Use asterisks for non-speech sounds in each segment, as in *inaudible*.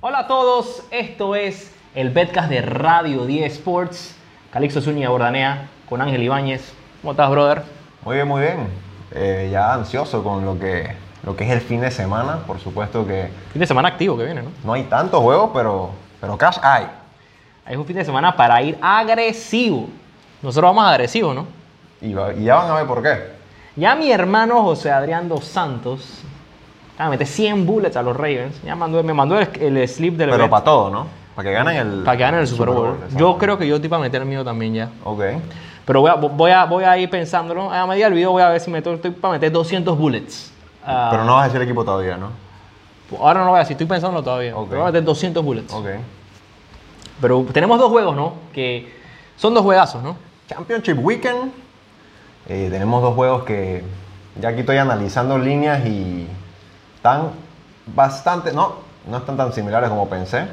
Hola a todos, esto es el podcast de Radio 10 Sports. Calixto Zúñiga Bordanea con Ángel Ibáñez. ¿Cómo estás, brother? Muy bien, muy bien. Eh, ya ansioso con lo que, lo que es el fin de semana. Por supuesto que Fin de semana activo que viene, ¿no? no hay tantos juegos, pero, pero cash hay. Es un fin de semana para ir agresivo. Nosotros vamos agresivos, ¿no? Y, va- y ya van a ver por qué. Ya mi hermano José Adrián Dos Santos, ah, mete 100 bullets a los Ravens. Ya mandó, me mandó el, el slip del Pero bet para todo, ¿no? Para que ganen el, para que ganen el Super Bowl. Yo exacto. creo que yo estoy para meter el mío también ya. Ok. Pero voy a, voy a, voy a ir pensándolo. A medida del video voy a ver si meto, estoy para meter 200 bullets. Ah, Pero no vas a decir el equipo todavía, ¿no? Ahora no lo voy a decir, estoy pensándolo todavía. Ok. Voy a meter 200 bullets. Ok. Pero tenemos dos juegos, ¿no? Que son dos juegazos, ¿no? Championship Weekend. Eh, tenemos dos juegos que ya aquí estoy analizando líneas y están bastante, no, no están tan similares como pensé.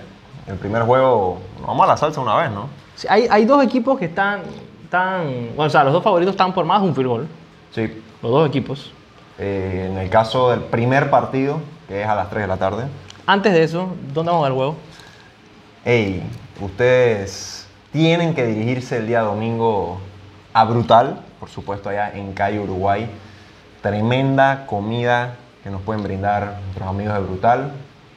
El primer juego, vamos a la salsa una vez, ¿no? Sí, Hay, hay dos equipos que están, están. bueno, o sea, los dos favoritos están por más de un field goal. Sí. Los dos equipos. Eh, en el caso del primer partido, que es a las 3 de la tarde. Antes de eso, ¿dónde vamos a ver el juego? Hey, ustedes tienen que dirigirse el día domingo a Brutal, por supuesto, allá en Calle Uruguay. Tremenda comida que nos pueden brindar nuestros amigos de Brutal.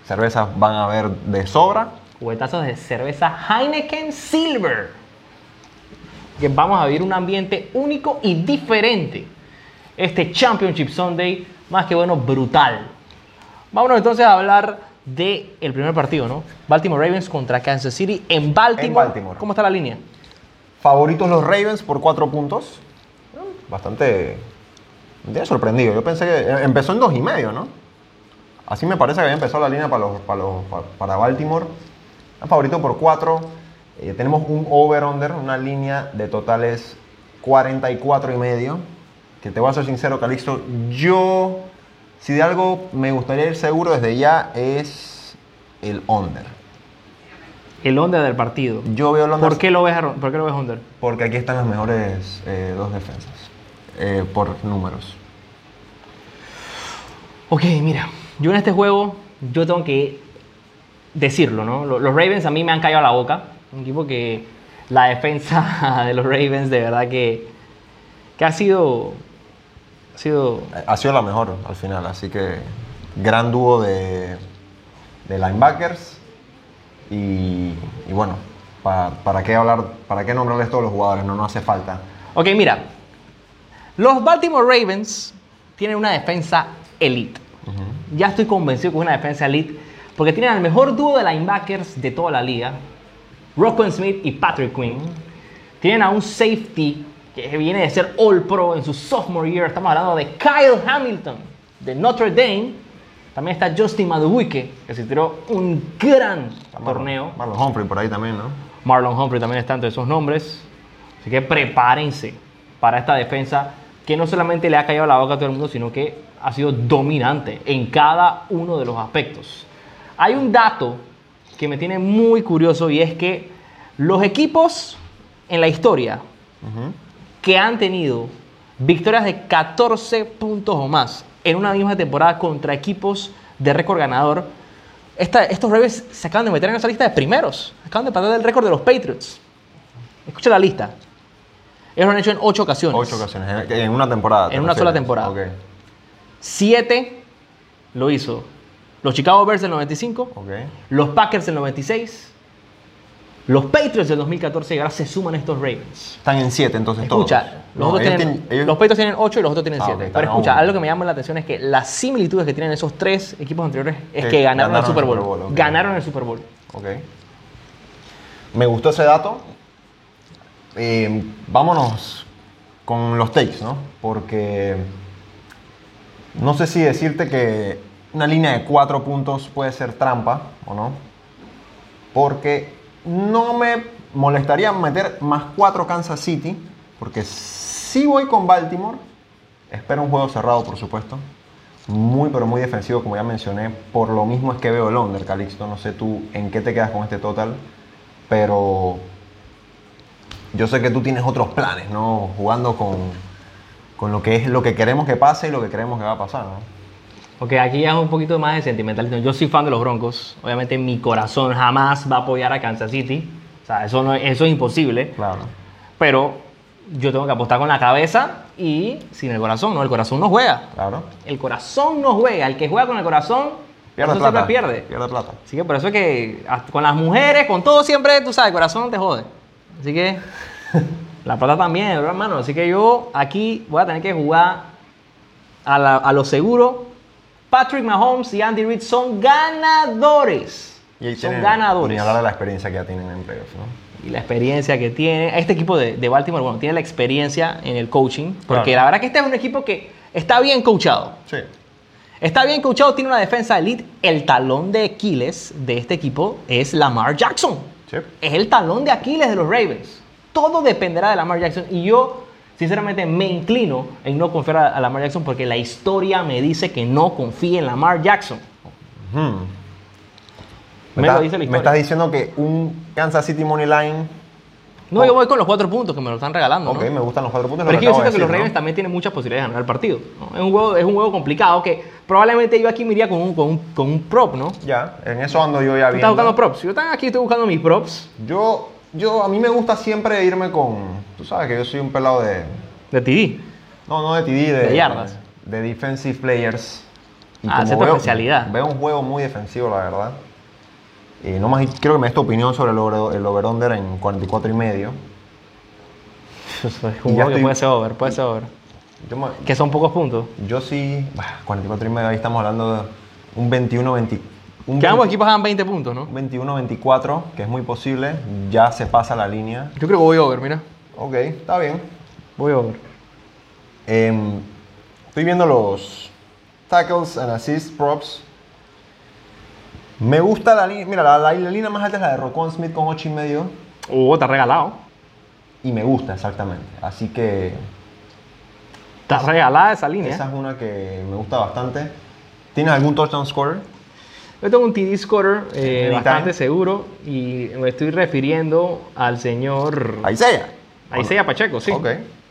Cervezas van a haber de sobra. Cubetazos de cerveza Heineken Silver. Que vamos a vivir un ambiente único y diferente. Este Championship Sunday, más que bueno, brutal. Vámonos entonces a hablar del el primer partido, ¿no? Baltimore Ravens contra Kansas City en Baltimore. Baltimore. ¿Cómo está la línea? Favoritos los Ravens por 4 puntos. Bastante. Me tiene sorprendido. Yo pensé que. eh, Empezó en 2 y medio, ¿no? Así me parece que había empezado la línea para, los, para, los- pa- para Baltimore. Están favorito por 4. tenemos un over-under, una línea de totales 44 y medio. Que te voy a ser sincero, Calixto. Yo, si de algo me gustaría ir seguro desde ya, es el under. El onda del partido. Yo veo el under. ¿Por qué lo ves, ¿Por qué lo ves under? Porque aquí están las mejores eh, dos defensas. eh, por números. Ok, mira, yo en este juego, yo tengo que decirlo, ¿no? Lo- Los Ravens a mí me han caído a la boca. Un equipo que la defensa *laughs* de los Ravens de verdad que, que ha sido... Ha sido... Eh, Ha sido la mejor al final, así que gran dúo de, de linebackers. Y, y bueno, pa- para qué hablar, para qué nombrarles todos los jugadores, no, no hace falta. Ok, mira, los Baltimore Ravens tienen una defensa elite. Ya estoy convencido que es una defensa elite porque tienen al mejor dúo de linebackers de toda la liga, Rockwell Smith y Patrick Quinn. Tienen a un safety que viene de ser All Pro en su sophomore year. Estamos hablando de Kyle Hamilton de Notre Dame. También está Justin Madubuike, que se tiró un gran Está Mar- torneo. Marlon Humphrey por ahí también, ¿no? Marlon Humphrey también está entre esos nombres. Así que prepárense para esta defensa que no solamente le ha caído la boca a todo el mundo, sino que ha sido dominante en cada uno de los aspectos. Hay un dato que me tiene muy curioso y es que los equipos en la historia que han tenido victorias de 14 puntos o más en una misma temporada contra equipos de récord ganador. Esta- estos Ravens se acaban de meter en esa lista de primeros. Acaban de pasar el récord de los Patriots. Escucha la lista. Ellos lo han hecho en 8 ocasiones. Ocho ocasiones, en, en una temporada. te En una sola temporada. Ok, 7 lo hizo los Chicago Bears del 95, ok. los Packers del 96, los Patriots del 2014 y ahora se suman estos Ravens. Están en siete entonces todos. Escucha, los, No, otros ellos tienen, tienen- ellos- los Patriots tienen 8 y los otros tienen Ah, 7. ok, están Pero a escucha, uno. algo que me llama la atención es que las similitudes que tienen esos tres equipos anteriores es Que que ganaron, Eh, ganaron el Super Bowl. ok. Ganaron el Super Bowl. Ok. Me gustó ese dato. Eh, vámonos con los takes, ¿no? Porque no sé si decirte que una línea de cuatro puntos puede ser trampa o no. Porque no me molestaría meter más cuatro Kansas City. Porque si voy con Baltimore, espero un juego cerrado, por supuesto. Muy, pero muy defensivo, como ya mencioné. Por lo mismo es que veo el under, Calixto. No sé tú en qué te quedas con este total. Pero yo sé que tú tienes otros planes, ¿no? Jugando con, con lo que es lo que queremos que pase y lo que creemos que va a pasar, ¿no? Ok, aquí ya es un poquito más de sentimentalismo. Yo soy fan de los Broncos. Obviamente mi corazón jamás va a apoyar a Kansas City. O sea, eso, no, eso es imposible. Claro. Pero yo tengo que apostar con la cabeza y sin el corazón. No, el corazón no juega. Claro. El corazón no juega. El que juega con el corazón, Pierde eso plata. siempre pierde. Pierde plata. Así que por eso es que hasta con las mujeres, con todo siempre, tú sabes, el corazón te jode. Así *laughs* que la plata también, ¿verdad, hermano. Así que yo aquí voy a tener que jugar a, la- a lo seguro. Patrick Mahomes y Andy Reid son ganadores. Y ahí son tienen- ganadores. Ni hablar de la experiencia que ya tienen en playoffs, ¿no? Y la experiencia que tiene. Este equipo de, de Baltimore, bueno, tiene la experiencia en el coaching. Porque Claro. la verdad que este es un equipo que está bien coachado. Sí. Está bien coachado, tiene una defensa elite. El talón de Aquiles de este equipo es Lamar Jackson. Sí. Es el talón de Aquiles de los Ravens. Todo dependerá de Lamar Jackson. Y yo, sinceramente, me inclino en no confiar a, a Lamar Jackson porque la historia me dice que no confíe en Lamar Jackson. Ujú. Me estás- lo dice la Me historia. estás diciendo que un Kansas City Money Line. no, yo voy con los cuatro puntos que me lo están regalando. ¿no? Oh. Ok, me gustan los cuatro puntos. Pero es que yo acabo siento de que los decir, Ravens ¿no? también tienen muchas posibilidades de ganar el partido. ¿no? Es, un juego, es un juego complicado que probablemente yo aquí me iría con un, con un, con un prop, ¿no? Tú Ya, en eso ando yo ya estás viendo. buscando props. Yo están aquí estoy buscando mis props Yo, yo, a mí me gusta siempre irme con. Tú sabes que yo soy un pelado de. de TD. No, no de TD, de. De yardas. De defensive players. Ah, esa es tu veo- especialidad. Veo un juego muy defensivo, la verdad. Y nomás quiero que me des tu opinión sobre el, over, el over-under en 44 y medio. *laughs* Es un Y juego ya que estoy- puede ser over, puede ser over. Yo, me- Que son pocos puntos. yo sí. bah, 44 y medio, ahí estamos hablando de un 21-20. Un Que ambos 20 equipos hagan 20 puntos, ¿no? un 21-24, que es muy posible. Ya se pasa la línea. Yo creo que voy over, mira. Ok, está bien. Voy over. Em, estoy viendo los tackles and assist props. Me gusta la línea. Mira, la, la- la línea más alta es la de Roquan Smith con 8 y medio. Oh, te has regalado. Y me gusta exactamente. Así que Te has regalado esa línea. esa es una que me gusta bastante. ¿Tienes algún touchdown scorer? Yo tengo un TD scorer eh, Anytime. bastante seguro y me estoy refiriendo al señor Isaiah. Isaiah Pacheco, sí. Ok,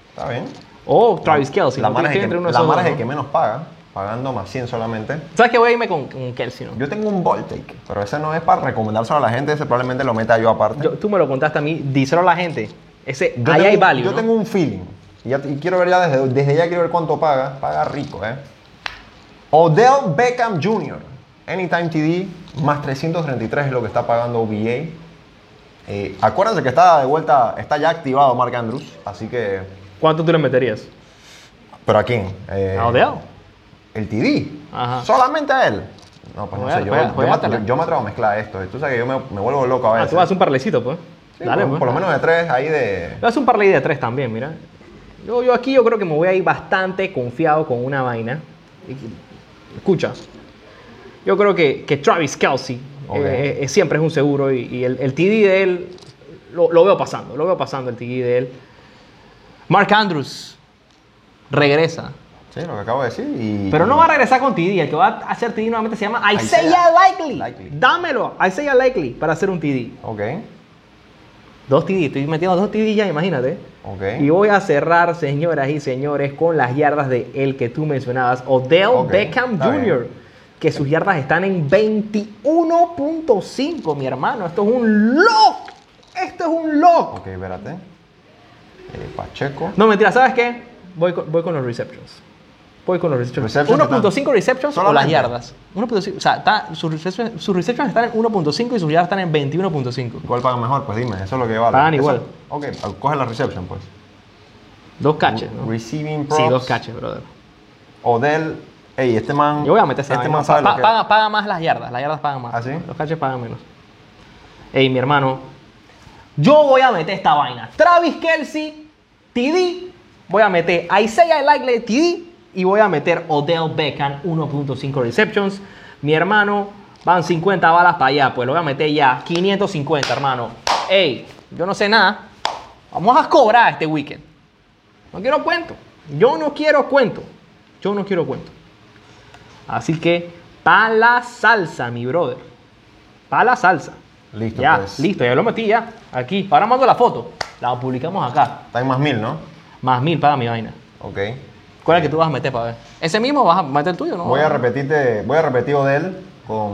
está bien. O Travis Kelsey. La no mara estoy es, el que, entre uno de la esos mara dos, es el que ¿no? menos paga, pagando más 100 solamente. ¿Sabes qué? Voy a irme con, con Kelsey, ¿no? Yo tengo un ball take, pero ese no es para recomendárselo a la gente, ese probablemente lo meta yo aparte. Yo- tú me lo contaste a mí, díselo a la gente. Ese, Yo ahí tengo- hay value, Yo ¿no? tengo un feeling. Y, ya- y quiero ver ya desde, desde ya quiero ver cuánto paga. Paga rico, ¿eh? Odell Beckham Jr. Anytime TD, más 333 es lo que está pagando OBA. Eh, acuérdense que está de vuelta, está ya activado Mark Andrews, así que... ¿Cuánto tú le meterías? ¿Pero a quién? Eh, ¿A Odell? El TD. Ajá. Solamente a él. No, pues no Juega- sé, yo, juega- yo me- juégatela. yo me atrevo a mezclar esto. Tú sabes que yo me, me vuelvo loco a Ah, veces. tú vas un parlecito, pues. Sí, Dale, por, pues. por lo menos de tres ahí de... Yo hace un parlay de tres también, mira. Yo, yo aquí yo creo que me voy a ir bastante confiado con una vaina. Y- Escucha. Yo creo que, que Travis Kelsey Ok. eh, eh, siempre es un seguro y, y el, el TD de él lo, lo veo pasando, lo veo pasando el TD de él. Mark Andrews regresa. Sí, lo que acabo de decir. Y, Pero no va a regresar con TD, el que va a hacer TD nuevamente se llama Isaiah, Isaiah Likely. Likely. Dámelo, Isaiah Likely, para hacer un TD. Ok, Dos TD, estoy metiendo dos TD ya, imagínate. ok. Y voy a cerrar, señoras y señores, con las yardas de el que tú mencionabas, Odell Ok, Beckham está bien. Jr., que sus yardas están en 21.5, mi hermano. Esto es un lock. Esto es un lock. Ok, espérate. Eh, Pacheco. No, mentira, ¿sabes qué? Voy con, voy con los receptions. Voy con los receptions. Receptions 1.5 receptions o las Solamente. yardas. 1.5, o sea, está- sus, receptions, sus receptions están en 1.5 y sus yardas están en 21.5. ¿Cuál paga mejor? Pues dime, eso es lo que vale. Pagan Eso- igual. Ok, coge la reception, pues. Dos caches, ¿no? Receiving props. Sí, dos caches, brother. Odell. Ey, este man. Yo voy a meter esa Este vaina. man sabe Pa- lo que... paga, paga más las yardas, las yardas pagan más. ¿Ah, sí? Los caches pagan menos. Ey, mi hermano. Yo voy a meter esta vaina. Travis Kelsey, TD. Voy a meter Isaiah Likely, TD. Y voy a meter Odell Beckham, 1.5 receptions. Mi hermano, van 50 balas para allá. Pues lo voy a meter ya. 550, hermano. Ey, yo no sé nada. Vamos a cobrar este weekend. No quiero cuento. Yo no quiero cuento. Yo no quiero cuento. Así que, pa' la salsa, mi brother. Pa' la salsa. Listo, ya, pues. listo, ya lo metí ya. Aquí. Ahora mando la foto. La publicamos acá. Está en más mil, ¿no? Más mil, paga mi vaina. Ok. ¿Cuál es el que tú vas a meter para ver? Ese mismo vas a meter el tuyo, ¿no? Voy a repetirte, voy a repetir Odell con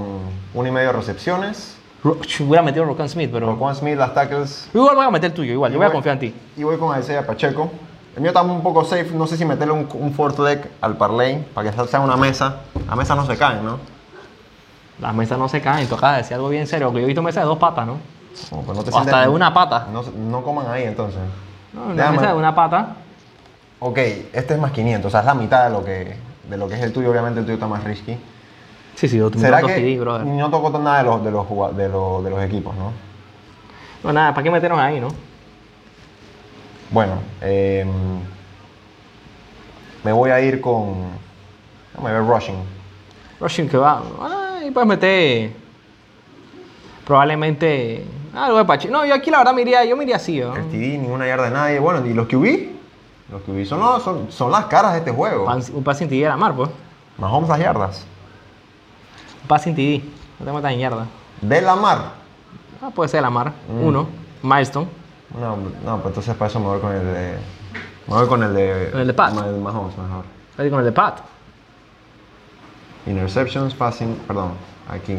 un y medio de recepciones. Ro- ch, Hubiera metido a Rocan Smith, pero. Roquan Smith las tackles. Igual voy a meter el tuyo, igual. Yo voy a confiar en ti. Y voy con Isaiah Pacheco. El mío está un poco safe, no sé si meterle un, un fourth leg al parlay para que sea una mesa. Las mesas no se caen, ¿no? Las mesas no se caen, tú acabas de decir algo bien serio. Que yo he visto mesas de dos patas, ¿no? Como que no te O hasta sientes- de una pata. No, se- no coman ahí entonces. No, una Déjame- mesa de una pata. Ok, este es más 500, o sea, es la mitad de lo que, de lo que es el tuyo. Obviamente el tuyo está más risky. Sí, sí, yo ¿Será que TD, brother. no tocó nada de los, de, los, jugad- de, los, de los equipos, no? No, nada, ¿para qué meternos ahí, no? Bueno, eh, me voy a ir con... Déjame ver rushing. Rushing que va. Ah, y puedes meter. Probablemente. Algo de Pacheco. No, yo aquí la verdad me iría, yo me iría así, ¿no? El TD, ninguna yarda de nadie. Bueno, ¿y los QB? Los QB son, los- son, son las caras de este juego. Pan- Un pase sin TD a la mar, pues. Mahomes las yardas. Un pase sin TD. No te metas en yarda. De la mar. Ah, puede ser la mar. Uno. Milestone. No, no, pues entonces para eso me voy con el de... Me voy con el de... Con el de Pat. ma- Mahomes mejor. Ahí con el de Pat. Interceptions, passing, perdón, aquí.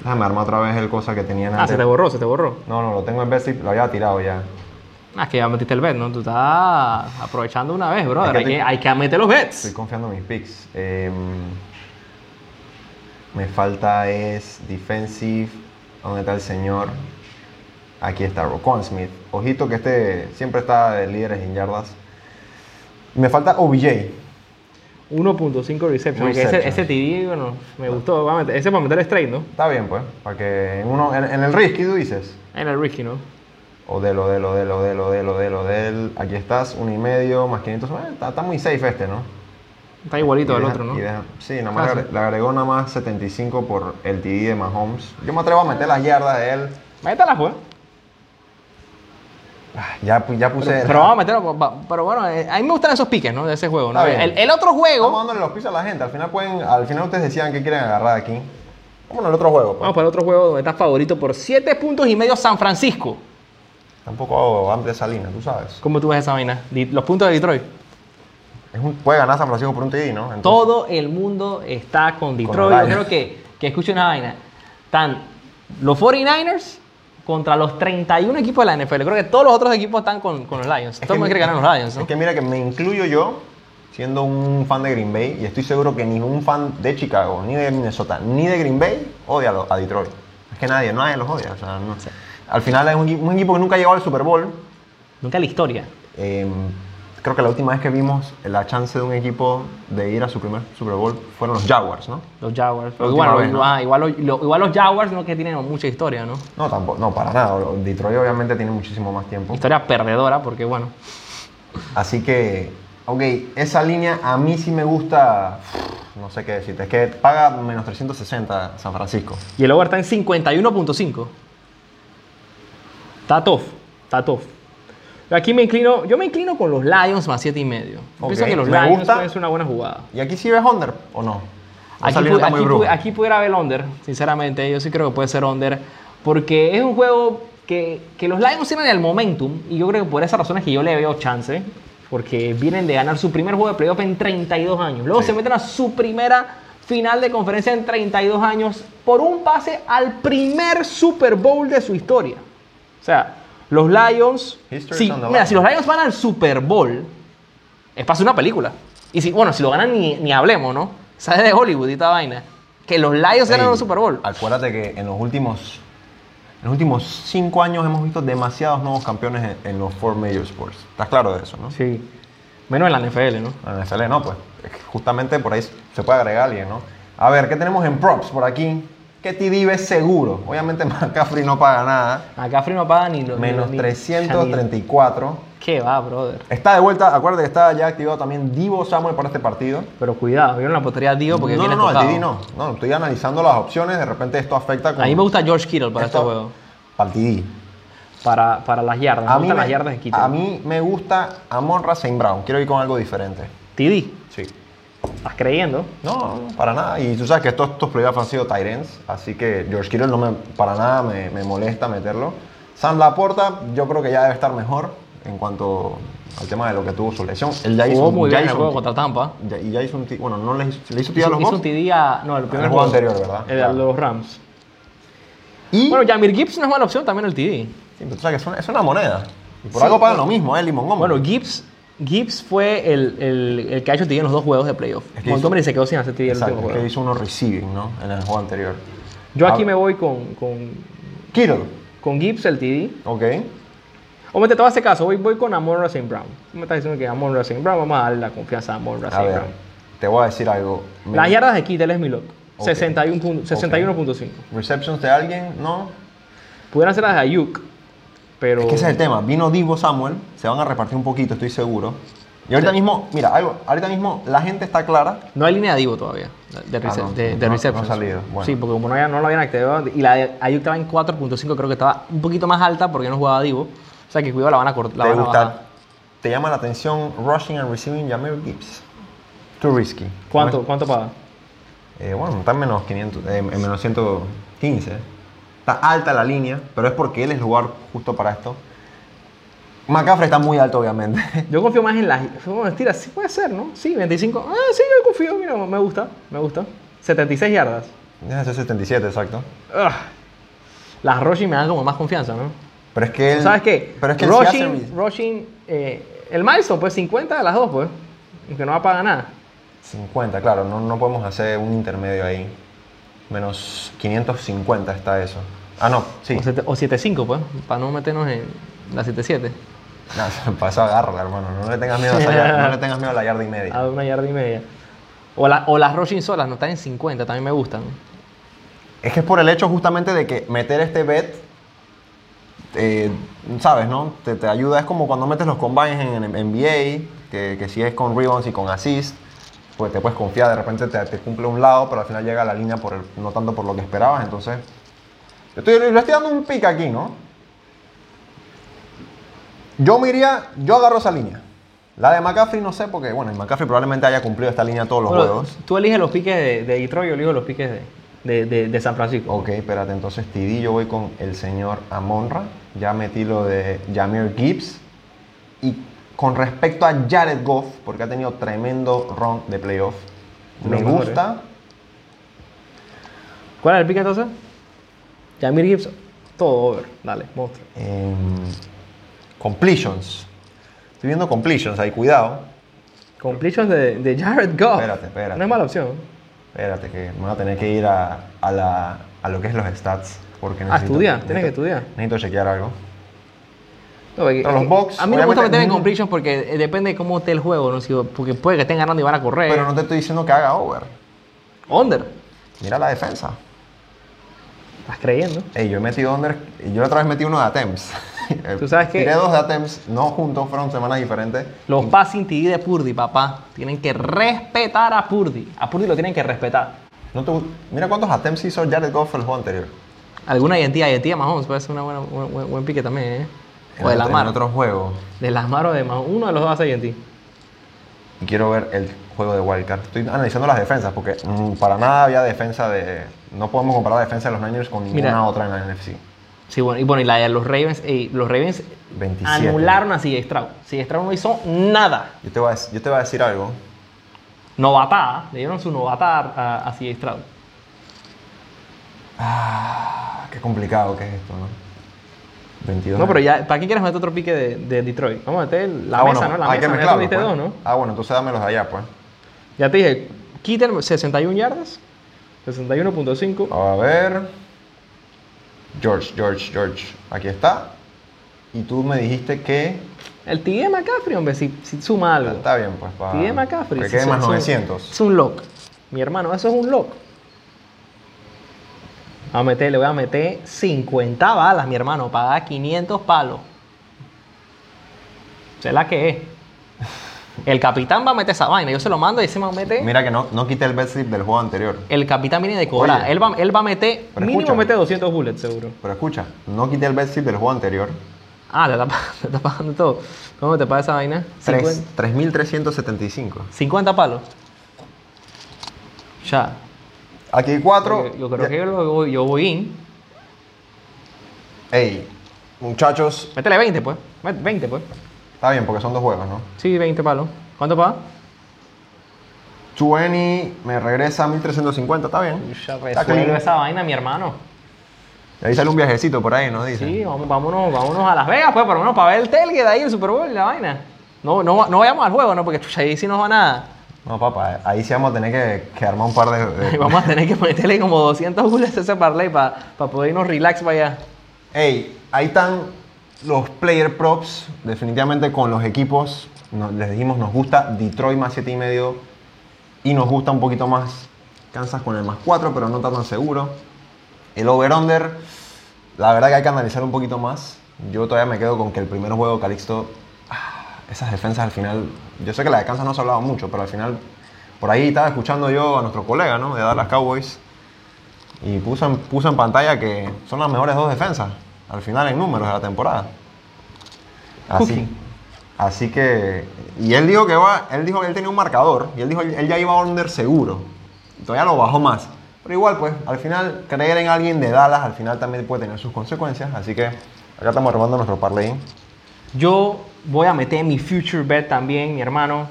Déjame armar otra vez el cosa que tenía Ah, antes. se te borró, se te borró. No, no, lo tengo en Betsy, lo había tirado ya. Ah, es que ya metiste el bet, ¿no? Tú estás aprovechando una vez, brother. que Hay, te- que, hay que meter los Estoy bets. confiando en mis picks. Em, me falta es defensive. ¿Dónde está el señor? Aquí está Roquan Smith. Ojito que este siempre está de líderes en yardas. Me falta OBJ. 1.5 reception. que Ese, Receptions. ese TD, bueno, me gustó. Va a meter- ese para meter straight, ¿no? Está bien, pues. Para que en, uno, en, en el risky tú dices. En el Ricky, ¿no? Odel, Odel, Odel, Odel, Odel, Odel, Odel. Aquí estás, uno y medio, más 500. Eh, está, está muy safe este, ¿no? Está igualito Y al deja- otro, ¿no? y deja- sí, nada más Fácil. le, le agregó nada más 75 por el TD de Mahomes. Yo me atrevo a meter las yardas de él. Métala, pues. Ah, Ya, pu- ya puse. Pero vamos a meterlo. pa- pa- Pero bueno, eh, a mí me gustan esos piques, ¿no? De ese juego, ¿no? Está bien. El, el otro Estamos juego. dándole los pisos a la gente. Al final pueden, al final ustedes decían que quieren agarrar aquí. Vamos al otro juego. pues. Vamos para el otro juego donde está favorito por 7 puntos y medio San Francisco. Tampoco antes de esa línea, tú sabes. ¿Cómo tú ves esa vaina? Di- Los puntos de Detroit. Es un- puede ganar San Francisco por un TD, ¿no? Entonces, Todo el mundo está con Detroit. los Yo Lions. creo que, que escucho una vaina. Están los 49ers contra los 31 equipos de la NFL. Creo que todos los otros equipos están con, con los Lions. Todo el mundo mi- quiere ganar los Lions, ¿no? Es que mira que me incluyo yo siendo un fan de Green Bay y estoy seguro que ningún fan de Chicago, ni de Minnesota, ni de Green Bay odia a lo- a Detroit. Es que nadie, nadie los odia. o sea, no- Al final es un, equi- un equipo que nunca ha llegado al Super Bowl. Nunca la historia. Eh, creo que la última vez que vimos la chance de un equipo de ir a su primer Super Bowl fueron los Jaguars, ¿no? Los Jaguars. La última Bueno, vez, ¿no? ah, igual, los- lo- igual los Jaguars no que tienen mucha historia, ¿no? No, tampoco, no, para nada. Detroit obviamente tiene muchísimo más tiempo. Historia perdedora, porque bueno. Así que, ok, esa línea a mí sí me gusta. No sé qué decirte. Es que paga menos 360 San Francisco. Y el over está en 51.5. Está tough, está tough. Yo Aquí me inclino, yo me inclino con los Lions más 7 y medio. Yo Ok, Pienso que los me Lions gusta. pueden ser una buena jugada. ¿Y aquí sí ves Under o no? Esa Aquí, línea pu- está muy aquí pu- bruja. aquí pudiera haber el under, sinceramente. Yo sí creo que puede ser under. Porque es un juego que, que los Lions tienen el momentum. Y yo creo que por esas razones que yo le veo chance. Porque vienen de ganar su primer juego de playoff en 32 años. Luego Sí. se meten a su primera final de conferencia en 32 años por un pase al primer Super Bowl de su historia. O sea, los Lions. History's si- on the mira, line. si los Lions van al Super Bowl, es para hacer una película. Y si, bueno, si lo ganan ni, ni hablemos, ¿no? Sabes de Hollywood y esta vaina. Que los Lions ganan Ey, un Super Bowl. Acuérdate que en los últimos. En los últimos cinco años hemos visto demasiados nuevos campeones en, en los four major sports. ¿Estás claro de eso, no? Sí. Menos en la NFL, ¿no? En el NFL no, pues. Es que Justamente por ahí se puede agregar alguien, ¿no? A ver, ¿qué tenemos en props por aquí? ¿Qué TD ves seguro? Obviamente *laughs* McCaffrey no paga nada. Acá Free no paga ni los. Menos ni- ni- ni- 334. ¿Qué va, brother? Está de vuelta, acuérdate que está ya activado también Divo Samuel para este partido. Pero cuidado, vieron la portería Dio porque no, viene no, no, tocado. el TD no. No, estoy analizando las opciones, de repente esto afecta con A mí me gusta George Kittle para Esto- este juego. para el TD. Para, para las yardas. Me A mí gustan me, las yardas de Kittle. a mí me gusta Amonra Saint Brown, quiero ir con algo diferente. TD, Sí. ¿estás creyendo? No, no, para nada. Y tú sabes que todos estos playoffs han sido Tyrens, así que George Kittle no me, para nada me, me molesta meterlo. Sam Laporta, yo creo que ya debe estar mejor en cuanto al tema de lo que tuvo su lesión. Él ya hizo Jugó un- muy ya bien el hizo juego un- contra Tampa. ya- y ya hizo un ti- Bueno, no le hizo, le hizo TD a Hizo, los hizo Bucks. un TD a- No, el primer juego anterior, ¿verdad? El, Claro. de los Rams. Y Bueno, Jamir Gibbs no es mala opción también el TD. Sí, pero tú sabes que es una, es una moneda. Y por Sí. algo pagan lo mismo, ¿eh? Limón Gómez. Bueno, Gibbs, Gibbs fue el, el- el que ha hecho TD en los dos juegos de playoff. Es que hizo- Montgomery se quedó sin hacer TD en el Exacto, último es que juego. hizo uno receiving, ¿no? En el juego anterior. Yo aquí Ah, me voy con, con, Kittle. con Gibbs el TD. Ok. Obviamente, todo este caso, voy, voy con Amon Racing Brown. Tú me estás diciendo que Amon Racing Brown, vamos a darle la confianza a Amon A Racing ver, Brown. te voy a decir algo. Me- Las yardas de Kittel es mi lock. Ok. 61 punto- 61.5. ¿Receptions de alguien? No. Pudieran ser las de Ayuk, pero. Es que ese es el tema. Vino Divo Samuel. Se van a repartir un poquito, estoy seguro. Y ahorita mismo, mira, algo, ahorita mismo la gente está clara. No hay línea de Divo todavía, de, Ah, rece- no. de, de No- no ha receptions. salido. Bueno. Sí, porque como no, había- no lo habían activado, y la de Ayuk estaba en 4.5, creo que estaba un poquito más alta porque no jugaba Divo. O sea que cuidado, la van a cortar. te gusta. Te llama la atención rushing and receiving Jameer Gibbs. Too risky. ¿Cuánto, cuánto paga? Eh, bueno, está en menos, 500, eh, en menos 115. Está alta la línea, pero es porque él es lugar justo para esto. McCaffrey está muy alto, obviamente. *laughs* Yo confío más en las. Bueno, tira, sí puede ser, ¿no? Sí, 25. Ah, sí, yo confío, mira, me gusta, me gusta. 76 yardas. Debe ser 77, exacto. Ugh. Las rushing me dan como más confianza, ¿no? Pero es que él. ¿Sabes qué? Pero es que él sí hace rushing, rushing, eh, el milestone, pues 50 de las dos, pues. Aunque no apaga nada. 50, claro, no, no podemos hacer un intermedio ahí. Menos 550 está eso. Ah, no, sí. O *laughs* 7 O 7.5, pues, para no meternos en la 7.7. No, para eso agárrala, hermano. No le tengas miedo a, esa yarda- no le tengas miedo a la yarda y media. A una yarda y media. O, la- o las rushing solas, no están en 50, también me gustan. Es que es por el hecho justamente de que meter este bet, eh, sabes, ¿no? Te, te ayuda, es como cuando metes los combines en, en NBA, que, que si es con rebounds y con assist, pues te puedes confiar, de repente te, te cumple un lado, pero al final llega a la línea por el- no tanto por lo que esperabas, entonces... Yo estoy, le estoy dando un pick aquí, ¿no? Yo me iría, yo agarro esa línea. La de McCaffrey no sé, porque bueno, el McCaffrey probablemente haya cumplido esta línea todos los Bueno, juegos. Tú eliges los piques de, de Detroit, yo elijo los piques de, de- de- de San Francisco. Ok, espérate, entonces TD, yo voy con el señor Amonra. Ya metí lo de Jameer Gibbs. Y con respecto a Jared Goff, porque ha tenido tremendo run de playoff, De me los mejores. gusta. ¿Cuál es el pique entonces? Jamir Gibbs, todo over. Dale, monstruo. em, completions. Estoy viendo completions, ahí, cuidado. Completions de, de Jared Goff. Espérate, espérate. No es mala opción. Espérate, que me voy a tener que ir a, a la- a lo que es los stats. Porque A estudiar, necesito- Ah, tienes que estudiar. Necesito chequear algo. No, porque- eh, Pero los Bucks, a mí no me gusta obviamente, meterme en no- completions porque eh, depende de cómo esté el juego, ¿no? Si- porque puede que estén ganando y van a correr. Pero no te estoy diciendo que haga over. Under. Mira la defensa. Estás creyendo. Ey, yo he metido under, y yo la otra vez metí uno de attempts. *laughs* Tú sabes que- Tiré dos de attempts, no juntos, fueron semanas diferentes. Los passing TD de Purdy, papá. Tienen que respetar a Purdy. A Purdy lo tienen que respetar. No te gu- Mira cuántos attempts hizo Jared Goff el juego anterior. Alguna identidad, identidad de Mahomes puede ser una buena, buen, buen- buen pique también, ¿eh? O de En otro- Lamar. En otro juego. De Lamar o de Mahomes. Uno de los dos hace identidad. Y quiero ver el juego de Wildcard. Estoy analizando las defensas porque mm, para nada había defensa de. No podemos comparar la defensa de los Niners con ninguna Mira. otra en la NFC. Sí, bueno, y bueno, y la de los Ravens, ey, los Ravens 27. anularon a CJ Stroud. CJ Stroud no hizo nada. Yo te voy a, dec- yo te voy a decir algo. Novatada, le dieron su novatada a, a CJ Stroud. Ah, qué complicado que es esto, ¿no? 22. No, pero ya, ¿para qué quieres meter otro pique de, de Detroit? Vamos a meter la Ah, mesa, bueno, ¿no? La hay mesa, ¿no? que ya mezclarlo, tuviste pues. dos, ¿no? Ah, bueno, entonces dámelos allá, pues. Ya te dije, Kittel 61 yardas, 61.5. A ver. George, George, George. Aquí está. Y tú me dijiste que. El TD McCaffrey, hombre, si, si suma algo. Está bien, pues. Para TD McCaffrey. Que si quede se- más es un- 900. Es un lock. Mi hermano, eso es un lock. A meter, le voy a meter 50 balas, mi hermano. Paga 500 palos. Sé la que es. El capitán va a meter esa vaina. Yo se lo mando y ese man mete. Mira que no, no quité el bet slip del juego anterior. El capitán viene de cobrar. Oye. Él va, él va a meter. Pero mínimo escúchame. mete 200 bullets, seguro. Pero escucha, no quité el bet slip del juego anterior. Ah, le está, *laughs* pa- le está pagando todo. ¿Cómo te paga esa vaina? Tres- 50, 3.375. 50 palos. Ya. Aquí hay cuatro. Yo, yo creo que yo, lo voy- yo voy in. Ey, muchachos, Métele 20, pues. Met- 20, pues. Está bien, porque son dos juegos, ¿no? Sí, 20 palos. ¿Cuánto paga? 20 me regresa 1350, está bien. Está clean. esa vaina, mi hermano. Y Ahí sale un viajecito por ahí, nos dicen. Sí, vamos, vámonos, vámonos a Las Vegas, pues, por lo menos para ver el tailgate ahí, el Super Bowl y la vaina. No, no, no vayamos al juego, ¿no? Porque chucha, ahí sí no va nada. *laughs* No, papá, ahí sí vamos a tener que, que armar un par de. de- Y vamos a tener que meterle como 200 bullets a ese parlay para poder irnos relax para allá. Ey, ahí están los player props, definitivamente con los equipos. No- les dijimos, nos gusta Detroit más 7 y medio y nos gusta un poquito más Kansas con el más 4, pero no está tan seguro. El over-under, la verdad que hay que analizar un poquito más. Yo todavía me quedo con que el primer juego, Calixto, ah, esas defensas al final, yo sé que la de Kansas no se ha hablado mucho, pero al final, por ahí estaba escuchando yo a nuestro colega, ¿no? De Dallas Cowboys. Y puso en, puso en pantalla que son las mejores dos defensas, al final en números de la temporada. Así, Ujú. así que. Y él dijo que va, él dijo que él tenía un marcador. Y él dijo él ya iba under seguro. Y Todavía lo bajó más. Pero igual, pues, al final, creer en alguien de Dallas al final también puede tener sus consecuencias. Así que acá estamos robando nuestro parlay. Yo voy a meter mi future bet también, mi hermano.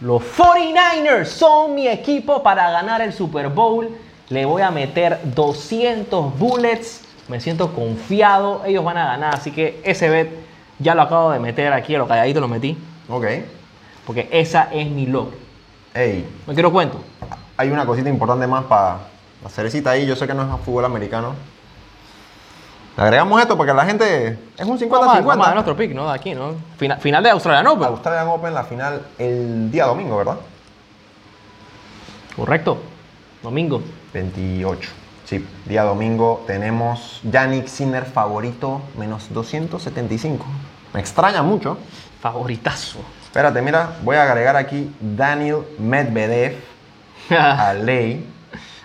Los 49ers son mi equipo para ganar el Super Bowl. Le voy a meter 200 bullets. Me siento confiado. Ellos van a ganar. Así que ese bet ya lo acabo de meter aquí. A lo calladito lo metí. Ok. Porque esa es mi log. Ey, No quiero cuento. hay una cosita importante más para la cerecita ahí. Yo sé que no es fútbol americano. Le agregamos esto porque la gente. Es un Vamos a- Vamos a dar 50-50. nuestro pick, ¿no? De aquí, ¿no? Final, final de Australia, ¿no? Pero- Australian Open, la final el día domingo, ¿verdad? Correcto. Domingo. 28. Sí, día domingo tenemos Yannick Sinner favorito, menos 275. Me extraña mucho. Favoritazo. *laughs* Espérate, mira, voy a agregar aquí Daniel Medvedev a Ah. Ley.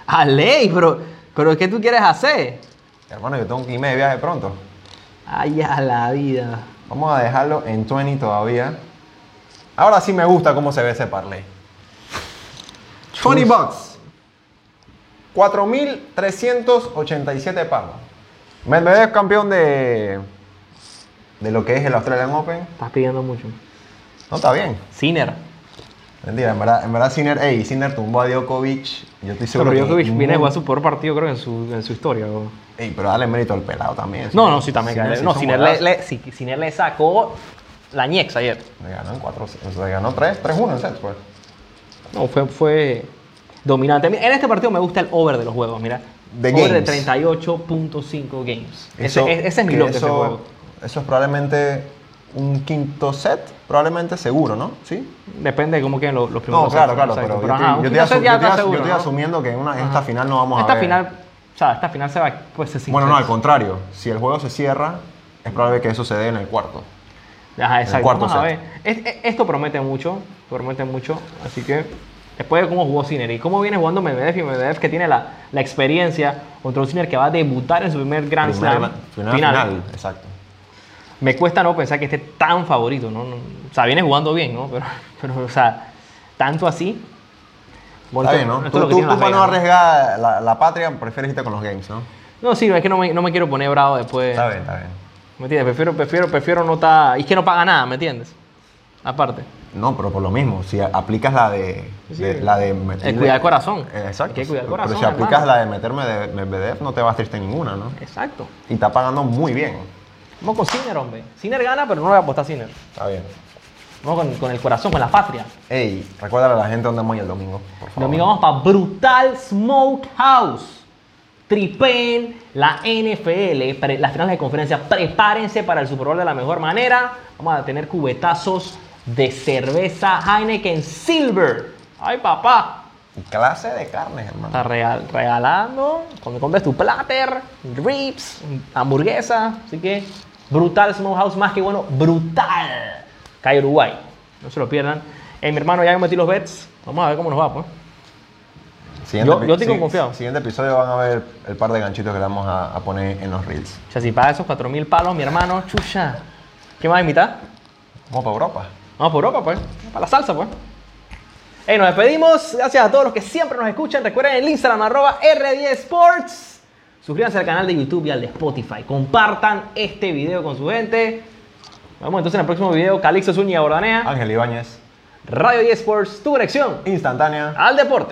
Ale, pero, pero ¿qué tú quieres hacer? Hermano, yo tengo que irme de viaje pronto. Ay, a la vida. Vamos a dejarlo en 20 todavía. Ahora sí me gusta cómo se ve ese parlay. 20 bucks. 4.387 pagos. Medvedev campeón de... De lo que es el Australian Open. Estás pidiendo mucho. No, está bien. Sinner. Mentira, en verdad, en verdad Sinner, ey, Sinner tumbó a Djokovic. Yo estoy seguro Pero que Djokovic viene a ningún- jugar su peor partido, creo, en su, en su historia. bro. Ey, pero dale mérito al pelado también. No, no, sí, también. que- no, hizo Sinner le, juegazo. le- sí, Sinner le sacó la ñex ayer. Le ganó en 4... O sea, ganó 3, 3-1 en sets, pues. No, fue, fue dominante. Mira, En este partido me gusta el over de los juegos, mira. De over de games. 38.5 games. Eso- ese, ese es mi que loco, ese eso- juego. Eso es probablemente un quinto set, probablemente seguro, ¿no? Sí. Depende de cómo queden los, los primeros. No, claro, sets, claro, exacto. pero yo ajá, estoy- un yo estoy quinto set asu- ya yo está estoy asu- yo seguro, estoy ¿no? asumiendo que en una- en esta Ajá. final no vamos esta a ver. final, o sea, esta final se va pues se Bueno, no, al contrario. Si el juego se cierra, es probable que eso se dé en el cuarto. Ajá, exacto. cuarto Vamos a ver. Es- set. es- esto promete mucho, promete mucho, así que después de cómo jugó Sinner y cómo viene jugando Medvedev y Medvedev que tiene la, la experiencia contra un Sinner que va a debutar en su primer Grand Primer Slam gran- final, final, final, exacto. Me cuesta no pensar que esté tan favorito, ¿no? No, O sea, viene jugando bien, ¿no? Pero, *laughs* pero o sea, tanto así. Bueno, Está esto- bien, esto ¿no? es Tú, lo que tú, tiene Las tú para Vegas, no ¿no? arriesgar la, la patria, prefieres irte con los games, ¿no? No, sí, es que no me, no me quiero poner bravo después. Está bien, está bien. ¿Me entiendes? Prefiero, prefiero, prefiero no estar. Y es que no paga nada, ¿me entiendes? Aparte. No, pero por lo mismo, si a- aplicas la de. de- la de meterle- El cuidar el corazón. Eh, Exacto. Hay que cuidar el Pero corazón. si aplicas hermano. la de meterme de Medvedev, no te vas triste ninguna, ¿no? Exacto. Y está pagando muy bien. Vamos con Sinner, hombre. Sinner gana, pero no le voy a apostar a Sinner. Está bien. Vamos con, con el corazón, con la patria. Ey, recuérdale a la gente dónde vamos el domingo, por favor. Domingo vamos para Brutal Smokehouse. Tripen la NFL, pre- las finales de conferencia. Prepárense para el Super Bowl de la mejor manera. Vamos a tener cubetazos de cerveza Heineken Silver. ¡Ay, papá! Y Clase de carnes, hermano. Está regal- regalando. Cuando compres tu platter, ribs, hamburguesa. Así que brutal Smokehouse, más que bueno, brutal. Calle Uruguay. No se lo pierdan. Eh, mi hermano, ya yo metí los bets. Vamos a ver cómo nos va, pues. Yo- epi- yo tengo si- confiado. Siguiente episodio van a ver el par de ganchitos que le vamos a, a poner en los reels. O sea, si paga esos 4.000 palos, mi hermano, chucha. ¿Qué más invitar? Vamos para Europa. Vamos por Europa, pues. Para la salsa, pues. Hey, nos despedimos. Gracias a todos los que siempre nos escuchan. Recuerden el Instagram arroba R10 Sports. Suscríbanse al canal de YouTube y al de Spotify. Compartan este video con su gente. Vamos entonces en el próximo video. Calixto Zúñiga Bordanea, Ángel Ibáñez, Radio 10 Sports, tu conexión instantánea. al deporte.